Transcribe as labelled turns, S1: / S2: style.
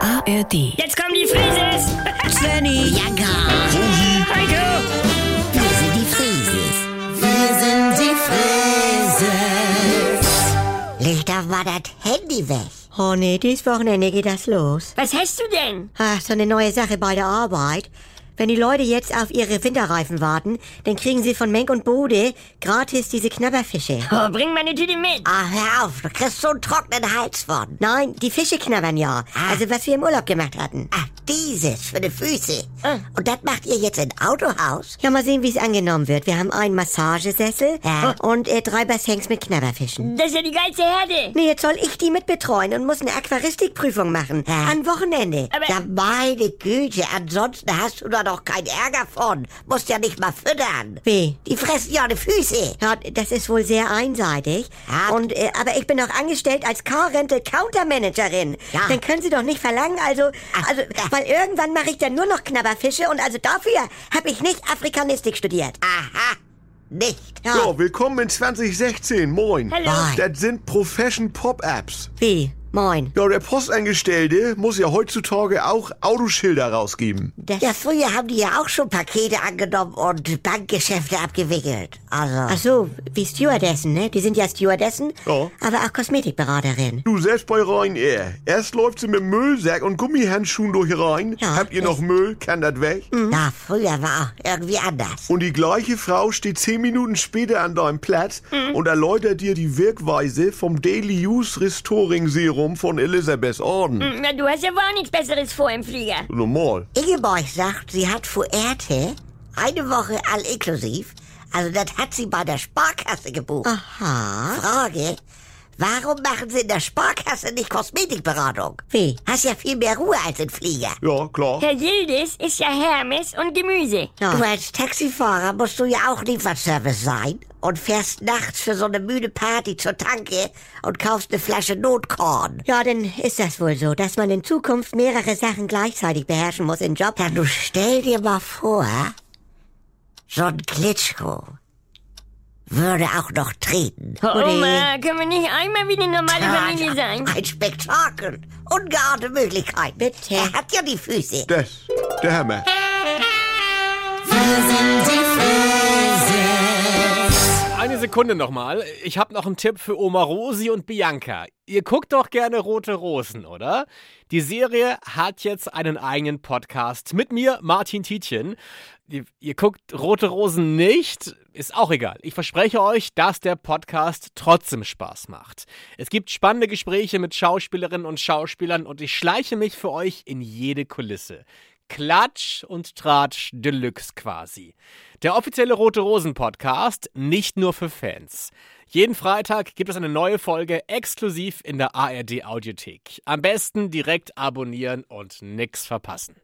S1: ARD.
S2: Jetzt kommen die Frises!
S3: Svenny,
S4: Ja, gar.
S2: Heiko!
S4: Wir sind die Frieses. Wir sind die Frieses. Leg doch mal das Handy weg.
S3: oh nee, dieses Wochenende geht das los.
S2: Was hast du denn?
S3: Ach, so eine neue Sache bei der Arbeit. Wenn die Leute jetzt auf ihre Winterreifen warten, dann kriegen sie von Menk und Bode gratis diese Knabberfische.
S2: Oh, bring meine Tüte mit.
S4: Ah, hör auf, du kriegst so einen trockenen Hals von.
S3: Nein, die Fische knabbern ja. Also was wir im Urlaub gemacht hatten.
S4: Ah. Ach, dieses für die Füße. Und das macht ihr jetzt in Autohaus?
S3: Ja, mal sehen, wie es angenommen wird. Wir haben einen Massagesessel
S4: Ja.
S3: und äh, drei Bassins mit Knabberfischen.
S2: Das ist ja die geilste Herde.
S3: Nee, jetzt soll ich die mitbetreuen und muss eine Aquaristikprüfung machen.
S4: Ja.
S3: Am Wochenende.
S2: Aber-
S4: Ja, meine Güte, ansonsten hast du da doch keinen Ärger von. Musst ja nicht mal füttern.
S3: Wie?
S4: Die fressen ja die Füße.
S3: Ja, das ist wohl sehr einseitig.
S4: Ja.
S3: Und äh, aber ich bin auch angestellt als Car Rental Countermanagerin.
S4: Ja.
S3: Dann können Sie doch nicht verlangen, also
S4: Ach,
S3: also
S4: ja.
S3: weil irgendwann mache ich dann nur noch Knabberfische und also dafür habe ich nicht Afrikanistik studiert.
S4: Aha, nicht.
S5: Ja, willkommen in 2016. Moin.
S2: Hallo. Moin.
S5: Das sind Profession Pop-Apps.
S3: Wie? Moin.
S5: Ja, der Postangestellte muss ja heutzutage auch Autoschilder rausgeben.
S4: Ja, früher haben die ja auch schon Pakete angenommen und Bankgeschäfte abgewickelt. Also,
S3: Ach so, wie Stewardessen, ne? Die sind ja Stewardessen,
S5: Ja.
S3: aber auch Kosmetikberaterin.
S5: Du, selbst bei Ryanair. Erst läuft sie mit dem Müllsack und Gummihandschuhen durch rein.
S3: Ja,
S5: Habt ihr noch Müll? Kann das weg?
S4: ja, früher war auch irgendwie anders.
S5: Und die gleiche Frau steht zehn Minuten später an deinem Platz und erläutert dir die Wirkweise vom Daily Use Restoring Serum von Elizabeth Orden.
S2: Na, du hast ja wohl auch nichts Besseres vor im Flieger.
S5: Normal.
S4: Ingeborg sagt, sie hat Fuerte eine Woche all inklusiv. Also, das hat sie bei der Sparkasse gebucht.
S3: Aha.
S4: Frage, warum machen sie in der Sparkasse nicht Kosmetikberatung?
S3: Wie?
S4: Hast ja viel mehr Ruhe als ein Flieger.
S5: Ja, klar.
S2: Herr Yildiz ist ja Hermes und Gemüse.
S3: Ja.
S4: Du als Taxifahrer musst du ja auch Lieferservice sein und fährst nachts für so eine müde Party zur Tanke und kaufst eine Flasche Notkorn.
S3: Ja, dann ist das wohl so, dass man in Zukunft mehrere Sachen gleichzeitig beherrschen muss im Job.
S4: Ja, du stell dir mal vor, so ein Klitschko würde auch noch treten.
S3: Oh,
S2: Oma, können wir nicht einmal wie eine normale Familie sein?
S4: Ein Spektakel. Ungeahnte Möglichkeit.
S3: Bitte.
S4: Er hat ja die Füße.
S5: Das, der Hammer.
S6: Eine Sekunde nochmal. Ich habe noch einen Tipp für Oma Rosi und Bianca. Ihr guckt doch gerne Rote Rosen, oder? Die Serie hat jetzt einen eigenen Podcast mit mir, Martin Tietjen. Ihr, ihr guckt Rote Rosen nicht, ist auch egal. Ich verspreche euch, dass der Podcast trotzdem Spaß macht. Es gibt spannende Gespräche mit Schauspielerinnen und Schauspielern und ich schleiche mich für euch in jede Kulisse. Klatsch und Tratsch Deluxe quasi. Der offizielle Rote Rosen Podcast, nicht nur für Fans. Jeden Freitag gibt es eine neue Folge exklusiv in der ARD Audiothek. Am besten direkt abonnieren und nix verpassen.